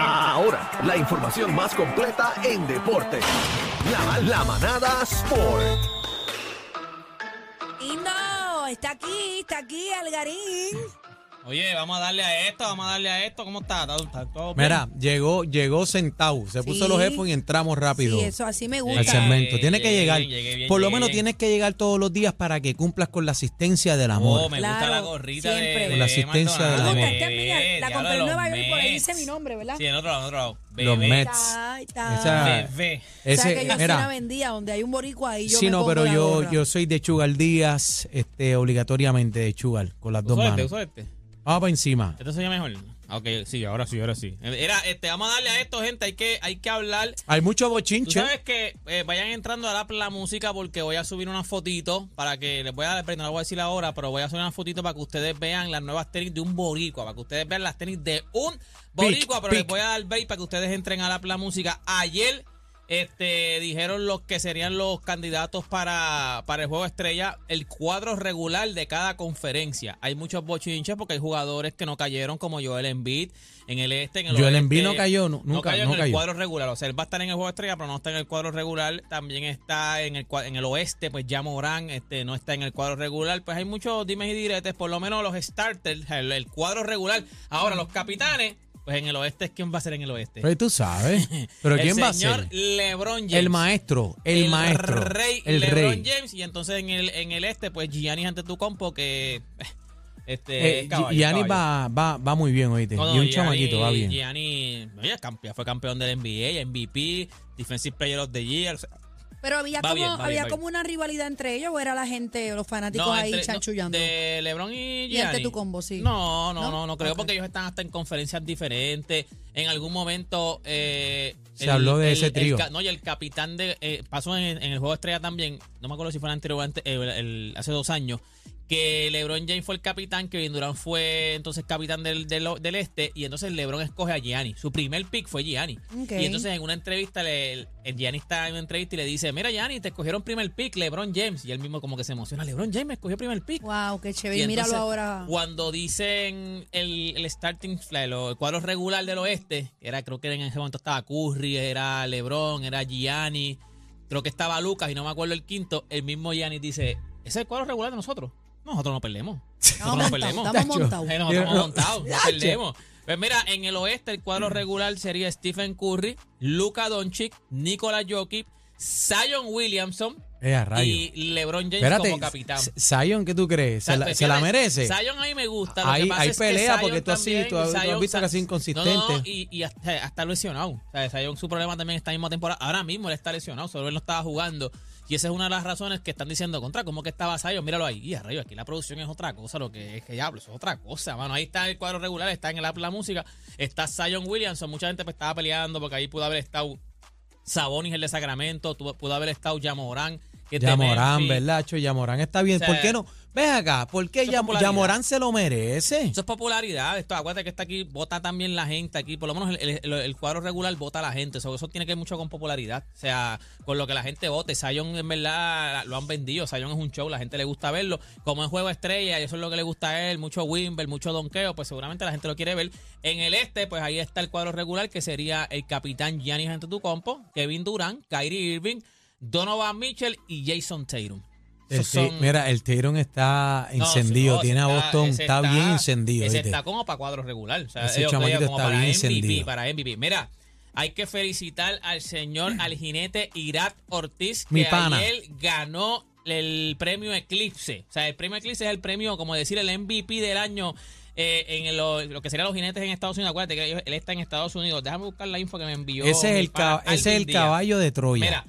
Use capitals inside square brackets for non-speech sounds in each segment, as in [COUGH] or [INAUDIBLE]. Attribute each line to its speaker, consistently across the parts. Speaker 1: ahora la información más completa en deporte. La, la manada Sport.
Speaker 2: Y no, está aquí, está aquí Algarín.
Speaker 3: Oye, vamos a darle a esto, vamos a darle a esto. ¿Cómo está? ¿Está, está todo bien?
Speaker 4: Mira, llegó, llegó Centau, se puso
Speaker 2: Sí.
Speaker 4: los headphones y entramos rápido
Speaker 2: Sí, eso así me
Speaker 4: al
Speaker 3: Llegué,
Speaker 2: gusta.
Speaker 4: segmento. Tiene que
Speaker 3: llegué,
Speaker 4: llegar.
Speaker 3: llegué bien,
Speaker 4: Por lo
Speaker 3: llegué
Speaker 4: menos
Speaker 3: bien.
Speaker 4: tienes que llegar todos los días para que cumplas con la asistencia del amor.
Speaker 3: Oh, me gusta
Speaker 2: Claro,
Speaker 3: la gorrita de-
Speaker 2: siempre.
Speaker 3: de,
Speaker 2: Con
Speaker 4: la asistencia
Speaker 3: Maldonado,
Speaker 4: del amor.
Speaker 2: Me gusta, esta es mía, la
Speaker 3: diablo,
Speaker 2: compré en
Speaker 3: los
Speaker 2: Nueva York y por ahí
Speaker 3: Mets.
Speaker 2: dice mi nombre, ¿verdad?
Speaker 3: Sí, en otro lado, en otro lado.
Speaker 4: Los
Speaker 3: Bebé,
Speaker 4: Mets. ah,
Speaker 2: Ay, está.
Speaker 4: Esa-
Speaker 3: bebé.
Speaker 2: Ese,
Speaker 4: Ese,
Speaker 2: que yo mira,
Speaker 4: mira,
Speaker 2: una vendía donde hay un boricua ahí yo
Speaker 4: sí,
Speaker 2: me
Speaker 4: no,
Speaker 2: pongo
Speaker 4: pero
Speaker 2: la
Speaker 4: yo,
Speaker 2: gorra.
Speaker 4: yo soy de Chugal Díaz, este, obligatoriamente de Chugal, con las dos
Speaker 3: Usa este,
Speaker 4: manos.
Speaker 3: usa este.
Speaker 4: Vamos para encima.
Speaker 3: Este se oye mejor. Ah, Ok, sí, ahora sí, ahora sí. Era, este, vamos a darle a esto, gente. Hay que, hay que hablar.
Speaker 4: Hay mucho
Speaker 3: Tú
Speaker 4: bochinche.
Speaker 3: sabes que eh, vayan entrando a la, la música porque voy a subir una fotito para que les voy a pero no lo voy a decir ahora, pero voy a subir una fotito para que ustedes vean las nuevas tenis de un boricua, para que ustedes vean las tenis de un boricua, pero les
Speaker 4: pic.
Speaker 3: voy a dar break para que ustedes entren a la, la música. Ayer este dijeron los que serían los candidatos para, para el juego estrella, el cuadro regular de cada conferencia. Hay muchos bochinches porque hay jugadores que no cayeron como Joel Embiid en el este, en el
Speaker 4: Joel
Speaker 3: oeste.
Speaker 4: Embiid no cayó, nu- nunca,
Speaker 3: en
Speaker 4: no
Speaker 3: el
Speaker 4: cayó.
Speaker 3: cuadro regular. O sea, él va a estar en el juego estrella, pero no está en el cuadro regular. También está en el cua- en el oeste, pues ya Morán este, no está en el cuadro regular. Pues hay muchos dimes y diretes, por lo menos los starters, el, el cuadro regular. Ahora, los capitanes, pues en el oeste, ¿quién va a ser en el oeste?
Speaker 4: Pero tú sabes.
Speaker 3: [LAUGHS]
Speaker 4: Pero
Speaker 3: el
Speaker 4: ¿quién va a
Speaker 3: señor
Speaker 4: ser?
Speaker 3: LeBron James.
Speaker 4: El maestro, el, maestro,
Speaker 3: Rey,
Speaker 4: el
Speaker 3: LeBron
Speaker 4: rey.
Speaker 3: James. Y entonces en el, en el este, pues Giannis ante tu compo, que. eh, Este,
Speaker 4: Eh,
Speaker 3: es caballo,
Speaker 4: Giannis
Speaker 3: caballo.
Speaker 4: va, va, va muy bien, oíste.
Speaker 3: No, no,
Speaker 4: Eh, y un
Speaker 3: Gianni-
Speaker 4: chamaquito va bien.
Speaker 3: Gianni, oye, campe- fue campeón del NBA, MVP, Defensive Player of the Year. o sea,
Speaker 2: Pero había
Speaker 3: Va
Speaker 2: como,
Speaker 3: bien, va bien,
Speaker 2: había
Speaker 3: va
Speaker 2: como una rivalidad entre ellos o era la gente, los fanáticos
Speaker 3: no,
Speaker 2: ahí
Speaker 3: entre- no,
Speaker 2: chanchullando.
Speaker 3: de LeBron y Gianni.
Speaker 2: y ante tu combo, sí.
Speaker 3: No, no,
Speaker 2: ¿No?
Speaker 3: no, no, creo
Speaker 2: Ok.
Speaker 3: porque ellos están hasta en conferencias diferentes. En algún momento eh,
Speaker 4: Se habló de ese trío.
Speaker 3: ca- no, y el capitán de eh, pasó en, en el juego de estrella también. No me acuerdo si fue el anterior o antes, eh, el- el- hace dos años. Que LeBron James fue el capitán, que Durant fue entonces capitán del, del, del este. Y entonces LeBron escoge a Gianni. Su primer pick fue Gianni.
Speaker 2: Ok.
Speaker 3: Y entonces en una entrevista, le, el el Gianni está en una entrevista y le dice: Mira, Gianni, te escogieron primer pick, LeBron James. Y él mismo como que se emociona: LeBron James me escogió primer pick.
Speaker 2: Wow, qué chévere.
Speaker 3: Y
Speaker 2: Y Míralo
Speaker 3: entonces,
Speaker 2: ahora.
Speaker 3: Cuando dicen el, el starting, la- lo- el cuadro regular del oeste, era creo que en ese momento estaba Curry, era LeBron, era Gianni, creo que estaba Lucas y no me acuerdo el quinto, el mismo Gianni dice, ese es el cuadro regular de nosotros. Nosotros no perdemos. Nosotros no
Speaker 2: Estamos
Speaker 3: perdemos.
Speaker 2: montados, estamos montados.
Speaker 3: Eh, nosotros hemos
Speaker 4: Yo-
Speaker 3: montado, no perdemos. Pues mira, en el oeste el cuadro regular sería Stephen Curry, Luka Doncic, Nikola Jokic, Zion Williamson
Speaker 4: Eh, a rayo.
Speaker 3: y LeBron James
Speaker 4: Espérate,
Speaker 3: como capitán.
Speaker 4: S- Zion, ¿qué tú crees? ¿Se, la,
Speaker 3: Pues,
Speaker 4: se la
Speaker 3: fíjate,
Speaker 4: merece?
Speaker 3: Zion a mí me gusta. Lo que
Speaker 4: Ahí,
Speaker 3: pasa
Speaker 4: ahí
Speaker 3: es que
Speaker 4: pelea
Speaker 3: Zion
Speaker 4: porque tú, así,
Speaker 3: también,
Speaker 4: tú, has- tú has
Speaker 3: Zion-
Speaker 4: visto que es
Speaker 3: Sa-
Speaker 4: inconsistente.
Speaker 3: No, no, no, y, y hasta, hasta lesionado. O sea, Zion, su problema también está misma temporada. Ahora mismo él está lesionado, solo él no estaba jugando. Y esa es una de las razones que están diciendo contra. ¿Cómo que estaba Zion? Míralo ahí. Y arriba, aquí la producción es otra cosa. Lo que es que ya hablo, eso es otra cosa, mano. Ahí está el cuadro regular, está en el app la música. Está Zion Williamson. Mucha gente pues, estaba peleando porque ahí pudo haber estado Sabonis, el de Sacramento. tuvo- Pudo haber estado Yamorán. que es de
Speaker 4: Yamorán,
Speaker 3: Memphis.
Speaker 4: ¿verdad? Cho, Yamorán está bien.
Speaker 3: O sea,
Speaker 4: ¿Por qué no? Ves acá, ¿por qué
Speaker 3: eso es
Speaker 4: Yam-
Speaker 3: popularidad.
Speaker 4: Yamorán se lo merece?
Speaker 3: Eso es popularidad. Esto, acuérdate que está aquí, vota también la gente aquí. Por lo menos el, el- el cuadro regular vota a la gente. Eso, eso tiene que ver mucho con popularidad. O sea, con lo que la gente vote. Zion, en verdad, lo han vendido. Zion es un show, la gente le gusta verlo. Como es juego estrella, y eso es lo que le gusta a él. Mucho Wimber, mucho donqueo, pues seguramente la gente lo quiere ver. En el este, pues ahí está el cuadro regular, que sería el capitán Giannis Antetokounmpo, Kevin Durant, Kyrie Irving, Donovan Mitchell y Jason Tatum.
Speaker 4: El
Speaker 3: Esos
Speaker 4: ti-
Speaker 3: son-
Speaker 4: mira, el Tyron está encendido.
Speaker 3: no, ese
Speaker 4: Tiene a
Speaker 3: está-
Speaker 4: Boston,
Speaker 3: ese
Speaker 4: está, bien encendido.
Speaker 3: Ese
Speaker 4: ¿viste?
Speaker 3: está como para cuadro regular. O sea,
Speaker 4: Ese
Speaker 3: yo te digo,
Speaker 4: chamaquito
Speaker 3: como
Speaker 4: está
Speaker 3: para
Speaker 4: bien
Speaker 3: MVP,
Speaker 4: encendido.
Speaker 3: Para MVP. Mira, hay que felicitar al señor, al jinete Irat Ortiz,
Speaker 4: Mi
Speaker 3: que
Speaker 4: pana.
Speaker 3: ayer ganó el premio Eclipse. O sea, el premio Eclipse es el premio, como decir, el MVP del año. eh, en lo, lo que serían los jinetes en Estados Unidos, acuérdate que ellos- él está en Estados Unidos. Déjame buscar la info que me envió.
Speaker 4: Ese es
Speaker 3: mi
Speaker 4: el,
Speaker 3: pana
Speaker 4: ca- ese es el
Speaker 3: Alvin Díaz.
Speaker 4: caballo de Troya.
Speaker 3: Mira,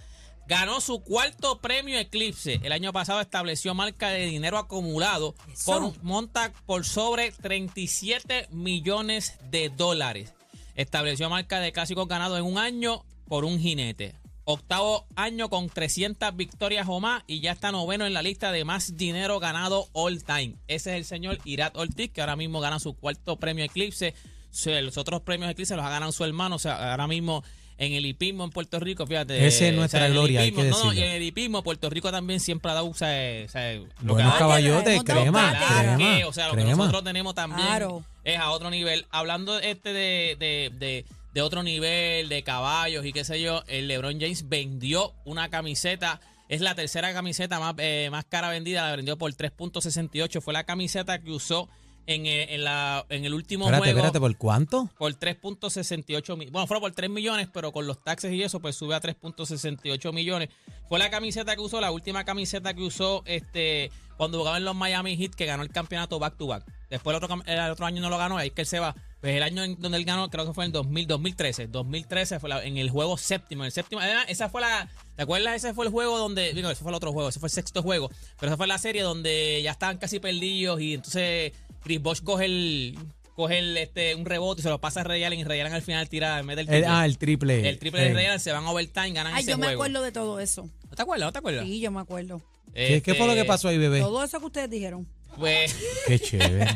Speaker 3: ganó su cuarto premio Eclipse. El año pasado estableció marca de dinero acumulado
Speaker 2: Eso.
Speaker 3: por un- monta por sobre 37 millones de dólares. Estableció marca de clásicos ganados en un año por un jinete. Octavo año con 300 victorias o más y ya está noveno en la lista de más dinero ganado all time. Ese es el señor Irat Ortiz que ahora mismo gana su cuarto premio Eclipse. Se- Los otros premios Eclipse los ha ganado su hermano. O sea, ahora mismo en el hipismo en Puerto Rico, fíjate.
Speaker 4: Ese es
Speaker 3: Eh, o sea,
Speaker 4: nuestra
Speaker 3: en el
Speaker 4: gloria, hay
Speaker 3: hipismo-
Speaker 4: que
Speaker 3: no, no,
Speaker 4: decirlo.
Speaker 3: y en el hipismo Puerto Rico también siempre ha dado, o sea, o sea, lo que
Speaker 4: Buenos
Speaker 3: ha-
Speaker 4: caballotes,
Speaker 2: hemos dado
Speaker 4: crema,
Speaker 2: pata.
Speaker 3: Claro,
Speaker 4: crema,
Speaker 3: que, o sea, lo que
Speaker 4: crema.
Speaker 3: nosotros tenemos también
Speaker 2: Claro.
Speaker 3: es a otro nivel. Hablando este de, de, de, de otro nivel, de caballos y qué sé yo, el LeBron James vendió una camiseta. Es la tercera camiseta más, eh, más cara vendida, la vendió por 3.68. Fue la camiseta que usó en, eh, en la, en el último
Speaker 4: Espérate,
Speaker 3: juego
Speaker 4: espérate, ¿por cuánto?
Speaker 3: por 3.68 millones. Bueno, fueron por 3 millones, pero con los taxes y eso, pues sube a 3.68 millones. Fue la camiseta que usó, la última camiseta que usó este cuando jugaba en los Miami Heat, que ganó el campeonato back to back. Después el otro, cam- el otro año no lo ganó, ahí es que él se va. Pues el año en donde él ganó, creo que fue en 2000, 2013. 2013 fue la- en el juego séptimo. En el séptimo, ah, esa fue la. ¿Te acuerdas? Ese fue el juego donde. Digo, ese fue el otro juego, ese fue el sexto juego. Pero esa fue la serie donde ya estaban casi perdidos y entonces Chris Bosh coge el. Coge el, este, un rebote y se lo pasa a Ray Allen y Ray Allen al final tira, mete el
Speaker 4: El-
Speaker 3: triple.
Speaker 4: ah, el triple.
Speaker 3: El triple de
Speaker 4: Eh,
Speaker 3: Ray Allen, se van a overtime, ganan
Speaker 2: Ay,
Speaker 3: ese
Speaker 2: yo me
Speaker 3: juego.
Speaker 2: acuerdo de todo eso.
Speaker 3: ¿No te acuerdas? ¿No te acuerdas?
Speaker 2: Sí, yo me acuerdo.
Speaker 4: ¿Qué, qué fue lo que
Speaker 3: Este,
Speaker 4: pasó ahí, bebé?
Speaker 2: Todo eso que ustedes dijeron.
Speaker 3: Pues. [LAUGHS]
Speaker 4: Qué chévere.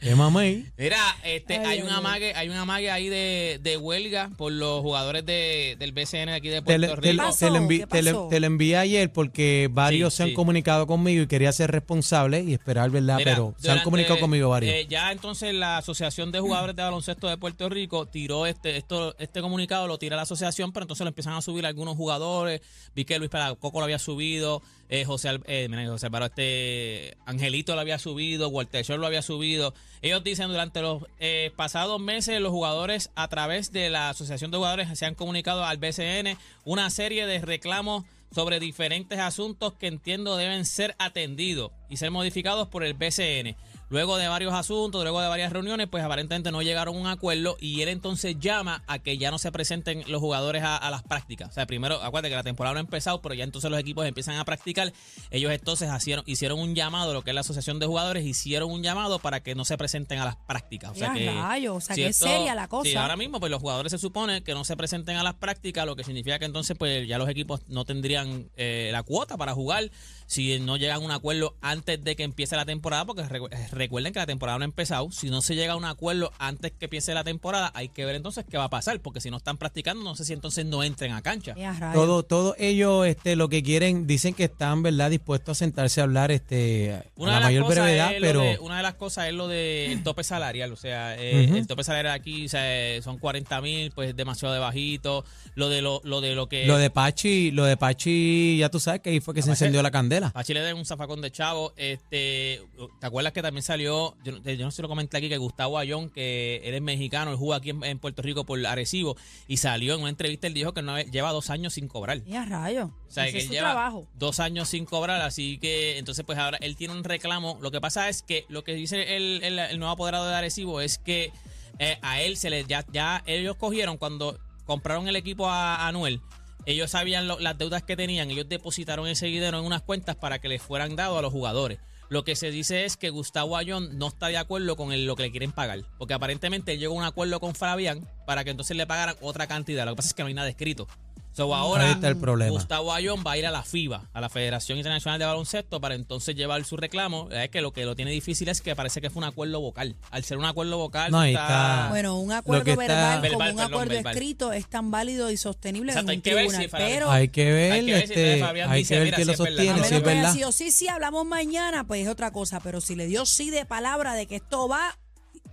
Speaker 4: Qué mamey.
Speaker 3: Mira, este,
Speaker 2: Ay,
Speaker 3: hay
Speaker 2: Dios
Speaker 3: un
Speaker 2: mío.
Speaker 3: amague, hay un amague ahí de, de huelga por los jugadores de, del BCN de aquí de
Speaker 4: Te, le-
Speaker 3: Puerto
Speaker 4: te le-
Speaker 3: Rico.
Speaker 2: pasó?
Speaker 4: te le envi-
Speaker 2: ¿Qué
Speaker 4: te le-
Speaker 2: pasó?
Speaker 4: te lo envié ayer porque varios
Speaker 3: Sí,
Speaker 4: se han
Speaker 3: sí.
Speaker 4: comunicado conmigo y quería ser responsable y esperar, ¿verdad?
Speaker 3: Mira,
Speaker 4: Ah, Pero se han
Speaker 3: durante-
Speaker 4: comunicado conmigo varios.
Speaker 3: eh, ya entonces la Asociación de Jugadores de Baloncesto de Puerto Rico tiró este esto este comunicado, lo tira la asociación, pero entonces lo empiezan a subir algunos jugadores. Vi que Luis Pelacoco lo había subido, eh, José, Al- eh, mira, José Alvaro, este Angelito lo había subido, Walter Short lo había subido. Ellos dicen durante los eh, pasados meses los jugadores a través de la Asociación de Jugadores se han comunicado al BCN una serie de reclamos sobre diferentes asuntos que entiendo deben ser atendidos y ser modificados por el BCN. Luego de varios asuntos, luego de varias reuniones, pues aparentemente no llegaron a un acuerdo y él entonces llama a que ya no se presenten los jugadores a, a las prácticas. O sea, primero, acuérdate que la temporada no ha empezado, pero ya entonces los equipos empiezan a practicar. Ellos entonces hicieron, hicieron un llamado, lo que es la asociación de jugadores, hicieron un llamado para que no se presenten a las prácticas. O sea,
Speaker 2: Ya,
Speaker 3: que,
Speaker 2: rayos, o sea,
Speaker 3: si
Speaker 2: que es
Speaker 3: esto-
Speaker 2: seria la cosa.
Speaker 3: sí, ahora mismo, pues los jugadores se supone que no se presenten a las prácticas, lo que significa que entonces, pues ya los equipos no tendrían eh, la cuota para jugar si no llegan a un acuerdo antes de que empiece la temporada, porque recu- eh, recuerden que la temporada no ha empezado. Si no se llega a un acuerdo antes que empiece la temporada, hay que ver entonces qué va a pasar, porque si no están practicando, no sé si entonces no entren a cancha.
Speaker 2: Ya, rayos.
Speaker 4: Todo, todo ellos este, lo que quieren, dicen que están verdad dispuestos a sentarse a hablar este, a
Speaker 3: Una
Speaker 4: la
Speaker 3: de las
Speaker 4: mayor
Speaker 3: cosas
Speaker 4: brevedad,
Speaker 3: es lo
Speaker 4: pero
Speaker 3: de- una de las cosas es lo del tope salarial. O sea, eh,
Speaker 4: Ujú.
Speaker 3: el tope salarial aquí o sea, eh, son 40 mil, pues es demasiado de bajito. Lo de lo, lo de lo que.
Speaker 4: lo de Pachi, lo de Pachi, ya tú sabes que ahí fue que se
Speaker 3: Pachi-
Speaker 4: encendió la candela.
Speaker 3: eh, A Chile de un zafacón de chavo. Este, ¿Te acuerdas que también salió? Yo, no- eh, yo no sé si lo comenté aquí, que Gustavo Ayón, que él es mexicano, él juega aquí en, en Puerto Rico por Arecibo, y salió en una entrevista, él dijo que no, lleva dos años sin cobrar.
Speaker 2: Ya, rayos.
Speaker 3: O sea,
Speaker 2: Ese
Speaker 3: que
Speaker 2: es
Speaker 3: él
Speaker 2: su
Speaker 3: lleva
Speaker 2: trabajo.
Speaker 3: dos años sin cobrar, así que entonces pues ahora él tiene un reclamo. Lo que pasa es que lo que dice el, el- el nuevo apoderado de Arecibo es que eh, a él se le ya, ya ellos cogieron cuando compraron el equipo a a Anuel. Ellos sabían lo- las deudas que tenían, ellos depositaron ese dinero en unas cuentas para que les fueran dado a los jugadores. Lo que se dice es que Gustavo Ayón no está de acuerdo con el- lo que le quieren pagar, porque aparentemente él llegó a un acuerdo con Fabián para que entonces le pagaran otra cantidad. Lo que pasa es que no hay nada escrito.
Speaker 2: Mm.
Speaker 3: So, ahora
Speaker 4: ahí está el problema.
Speaker 3: Gustavo Ayón va a ir a la FIBA, a la Federación Internacional de Baloncesto, para entonces llevar su reclamo. Es que lo que lo tiene difícil es que parece que fue un acuerdo vocal. Al ser un acuerdo vocal,
Speaker 4: No,
Speaker 3: tú
Speaker 4: ahí
Speaker 3: estás-
Speaker 4: está.
Speaker 2: Bueno, un
Speaker 4: Lo que
Speaker 2: acuerdo verbal,
Speaker 4: está-
Speaker 2: como
Speaker 3: Verbal,
Speaker 2: un
Speaker 3: perdón,
Speaker 2: acuerdo
Speaker 3: verbal.
Speaker 2: escrito es tan válido y sostenible
Speaker 3: Exacto,
Speaker 2: en
Speaker 3: hay
Speaker 2: un
Speaker 3: que ver si
Speaker 2: tribunal.
Speaker 3: para-
Speaker 2: pero
Speaker 4: hay que ver,
Speaker 3: hay que ver si
Speaker 4: este,
Speaker 3: Fabián
Speaker 4: hay
Speaker 3: dice,
Speaker 4: que ver
Speaker 3: mira,
Speaker 4: que
Speaker 3: si
Speaker 4: lo
Speaker 3: es verdad,
Speaker 2: a
Speaker 4: sostiene,
Speaker 3: no,
Speaker 4: si
Speaker 2: menos
Speaker 4: es
Speaker 2: que haya
Speaker 4: verdad.
Speaker 2: sido sí, sí, hablamos mañana, pues es otra cosa. Pero si le dio sí de palabra de que esto va,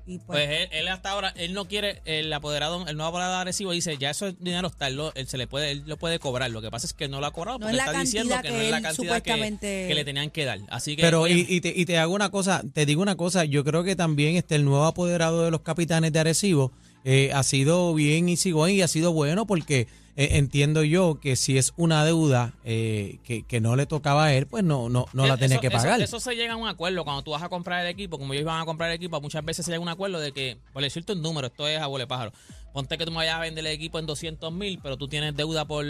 Speaker 2: y pues,
Speaker 3: Pues él, él hasta ahora, él no quiere, el apoderado, el nuevo apoderado agresivo dice, ya eso dinero está, él lo, él se le puede, él lo puede cobrar. Lo que pasa es que no lo ha cobrado
Speaker 2: No es
Speaker 3: porque
Speaker 2: la
Speaker 3: está diciendo
Speaker 2: cantidad
Speaker 3: que,
Speaker 2: que
Speaker 3: no es la
Speaker 2: él
Speaker 3: cantidad que,
Speaker 2: supuestamente-
Speaker 3: que le tenían que dar. Así que pues,
Speaker 4: Pero, y,
Speaker 3: oye,
Speaker 4: y te, y te hago una cosa, te digo una cosa, yo creo que también este, el nuevo apoderado de los capitanes de Arecibo eh, ha sido bien y sigo y ha sido bueno porque eh, entiendo yo que si es una deuda eh, que, que no le tocaba a él, pues no, no, no la
Speaker 3: Eh, eso-
Speaker 4: tenía que
Speaker 3: eso-
Speaker 4: pagar.
Speaker 3: Eso, se llega a un acuerdo cuando tú vas a comprar el equipo, como ellos van a comprar el equipo, muchas veces se llega a un acuerdo de que, por decirte un número, esto es a de pájaro. Ponte que tú me vayas a vender el equipo en 200 mil, pero tú tienes deuda por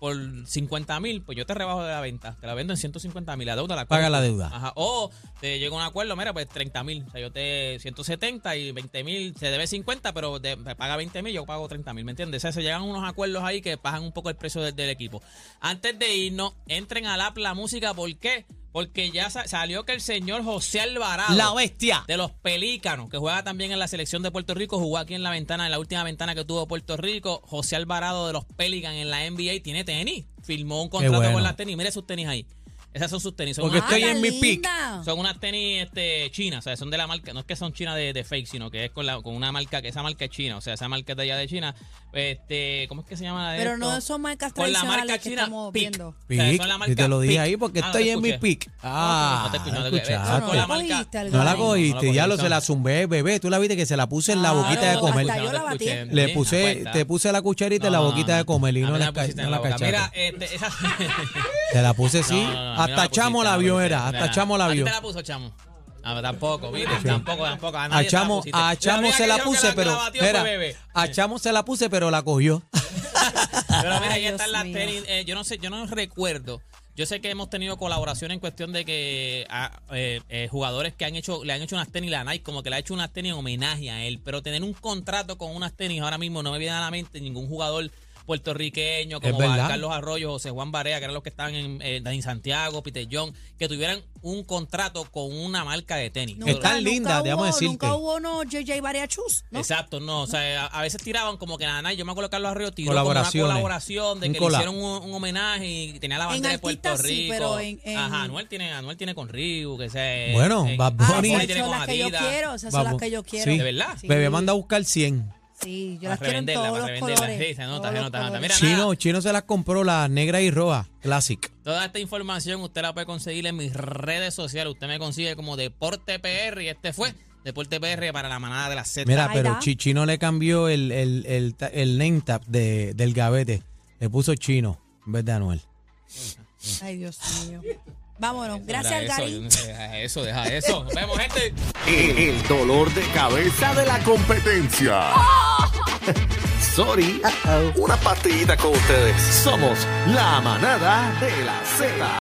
Speaker 3: por 50 mil, pues yo te rebajo de la venta, te la vendo en 150 mil, la deuda la
Speaker 4: Paga
Speaker 3: compro.
Speaker 4: la deuda.
Speaker 3: Ajá. O te llega un acuerdo, mira, pues 30 mil. O sea, yo te 170 y 20 mil. Se debe 50, pero te, me paga 20 mil, yo pago 30 mil. ¿Me entiendes? O sea, se llegan unos acuerdos ahí que bajan un poco el precio del, del equipo. Antes de irnos, entren al app la música. ¿Por qué? Porque ya sa- salió que el señor José Alvarado.
Speaker 4: bestia.
Speaker 3: De los Pelícanos, que juega también en la selección de Puerto Rico, jugó aquí en la ventana, en la última ventana que tuvo Puerto Rico. José Alvarado de los Pelican en la NBA tiene tenis. Firmó un contrato
Speaker 4: bueno.
Speaker 3: con la tenis. Mire sus tenis ahí. Esas son sus tenis. Son,
Speaker 4: Porque
Speaker 3: unas,
Speaker 4: estoy
Speaker 2: Ah,
Speaker 4: en mi
Speaker 2: tan
Speaker 4: pick.
Speaker 2: linda.
Speaker 3: son unas tenis este, chinas, o sea, son de la marca, no es que son chinas de, de fake, sino que es con, la, con una marca, que esa marca es china, o sea, esa marca es de allá de China. Este, ¿cómo es que se llama la de
Speaker 2: Pero
Speaker 3: esto?
Speaker 2: no son marcas
Speaker 3: Con la
Speaker 2: tradicionales
Speaker 3: marca
Speaker 2: que
Speaker 3: china,
Speaker 2: estamos
Speaker 3: Peak.
Speaker 2: viendo.
Speaker 3: O sea,
Speaker 4: Pic,
Speaker 3: son la marca
Speaker 4: y te lo dije
Speaker 3: Peak.
Speaker 4: ahí porque
Speaker 3: Ah, no te
Speaker 4: estoy en mi
Speaker 3: escuché.
Speaker 4: pick. Ah,
Speaker 3: no te escuché, no te escuché.
Speaker 4: escuchaste.
Speaker 3: Son con la
Speaker 2: No la
Speaker 3: marca-
Speaker 2: cogiste,
Speaker 4: No la
Speaker 2: Ay,
Speaker 4: cogiste, ya lo se la
Speaker 3: son-
Speaker 4: zumbé, bebé. Tú la viste que se la puse en la
Speaker 2: Ah,
Speaker 4: boquita de
Speaker 2: no,
Speaker 4: comer.
Speaker 2: hasta yo la batí.
Speaker 4: Le
Speaker 3: pues
Speaker 4: puse, te puse la cucharita en la boquita de comer y no, la, ca- no la cachaste.
Speaker 3: Mira, este, esa... [LAUGHS]
Speaker 4: te la puse sí.
Speaker 3: No, no, no, mira,
Speaker 4: hasta
Speaker 3: la
Speaker 4: Chamo
Speaker 3: pusiste,
Speaker 4: la vio,
Speaker 3: pusiste.
Speaker 4: era. Hasta
Speaker 3: Mira,
Speaker 4: Chamo la
Speaker 3: ¿a ti
Speaker 4: vio.
Speaker 3: te la puso Chamo? Ah, tampoco, mira, tampoco, tampoco. A, nadie
Speaker 4: A
Speaker 3: se la
Speaker 4: Chamo,
Speaker 3: pusiste.
Speaker 4: a
Speaker 3: La
Speaker 4: Chamo
Speaker 3: única
Speaker 4: se
Speaker 3: que
Speaker 4: la
Speaker 3: dijeron que
Speaker 4: puse,
Speaker 3: que
Speaker 4: pero.
Speaker 3: la batió fue
Speaker 4: Espera,
Speaker 3: Bebe.
Speaker 4: a Chamo se la puse, pero la cogió.
Speaker 3: Pero mira, ahí
Speaker 2: Ay,
Speaker 3: están
Speaker 2: Dios
Speaker 3: las
Speaker 2: mío.
Speaker 3: tenis. eh, yo no sé, yo no recuerdo. Yo sé que hemos tenido colaboración en cuestión de que ah, eh, eh, jugadores que han hecho, le han hecho unas tenis la Nike, como que le ha hecho unas tenis en homenaje a él. Pero tener un contrato con unas tenis ahora mismo no me viene a la mente ningún jugador puertorriqueño como
Speaker 4: Es verdad.
Speaker 3: Carlos Arroyo, José Juan Barea, que eran los que estaban en, eh, en Santiago, Peter John, que tuvieran un contrato con una marca de tenis.
Speaker 2: Nunca-
Speaker 4: Están
Speaker 2: nunca
Speaker 4: lindas,
Speaker 2: hubo-
Speaker 4: déjame decirte.
Speaker 2: Nunca hubo no JJ Bariachus, ¿no?
Speaker 3: Exacto, no, o sea, a, a veces tiraban como que nada, nada, yo me acuerdo que Carlos Arroyo tiró como
Speaker 4: Colaboraciones.
Speaker 3: una colaboración de
Speaker 4: Un
Speaker 3: que
Speaker 4: collab.
Speaker 3: le hicieron un, un homenaje y tenía la
Speaker 2: En
Speaker 3: bandera de Puerto
Speaker 2: artistas
Speaker 3: Rico.
Speaker 2: sí, pero en- en-
Speaker 3: Ajá, Anuel tiene, Anuel tiene con Riu, que sea.
Speaker 4: Bueno,
Speaker 3: en-
Speaker 4: Bad
Speaker 2: Ah,
Speaker 4: Bunny.
Speaker 2: esas
Speaker 3: tiene
Speaker 2: son
Speaker 3: con
Speaker 2: las que yo
Speaker 3: Adidas.
Speaker 2: quiero, esas son las
Speaker 4: Vamos.
Speaker 2: que yo quiero.
Speaker 4: Sí.
Speaker 3: ¿De verdad?
Speaker 2: Sí.
Speaker 4: [LAUGHS] Bebé manda a buscar 100.
Speaker 2: Sí, yo
Speaker 3: Para
Speaker 2: las quiero en
Speaker 3: revenderla,
Speaker 2: todos
Speaker 3: para
Speaker 2: los
Speaker 3: revenderla.
Speaker 2: colores.
Speaker 3: Sí, se nota,
Speaker 2: todos
Speaker 3: se
Speaker 2: los
Speaker 3: nota, se nota.
Speaker 2: colores.
Speaker 3: Mira,
Speaker 4: Chino,
Speaker 3: nada.
Speaker 4: Chino se las compró, la negra y roja. Classic.
Speaker 3: Toda esta información usted la puede conseguir en mis redes sociales. Usted me consigue como Deporte PR y este fue Deporte PR para la manada de la Z.
Speaker 4: Mira,
Speaker 2: Ahí
Speaker 4: pero
Speaker 2: da.
Speaker 4: Chi- Chino le cambió el, el, el, ta- el name tag de, del gavete. Le puso Chino en vez de Anuel.
Speaker 2: Ay, Dios mío. Vámonos. Gracias,
Speaker 3: Mira, eso,
Speaker 2: Gary.
Speaker 3: Deja eso, deja eso. Nos vemos, gente.
Speaker 1: El dolor de cabeza de la [LAUGHS] competencia. Sorry, una partidita con ustedes. Somos la manada de la Z.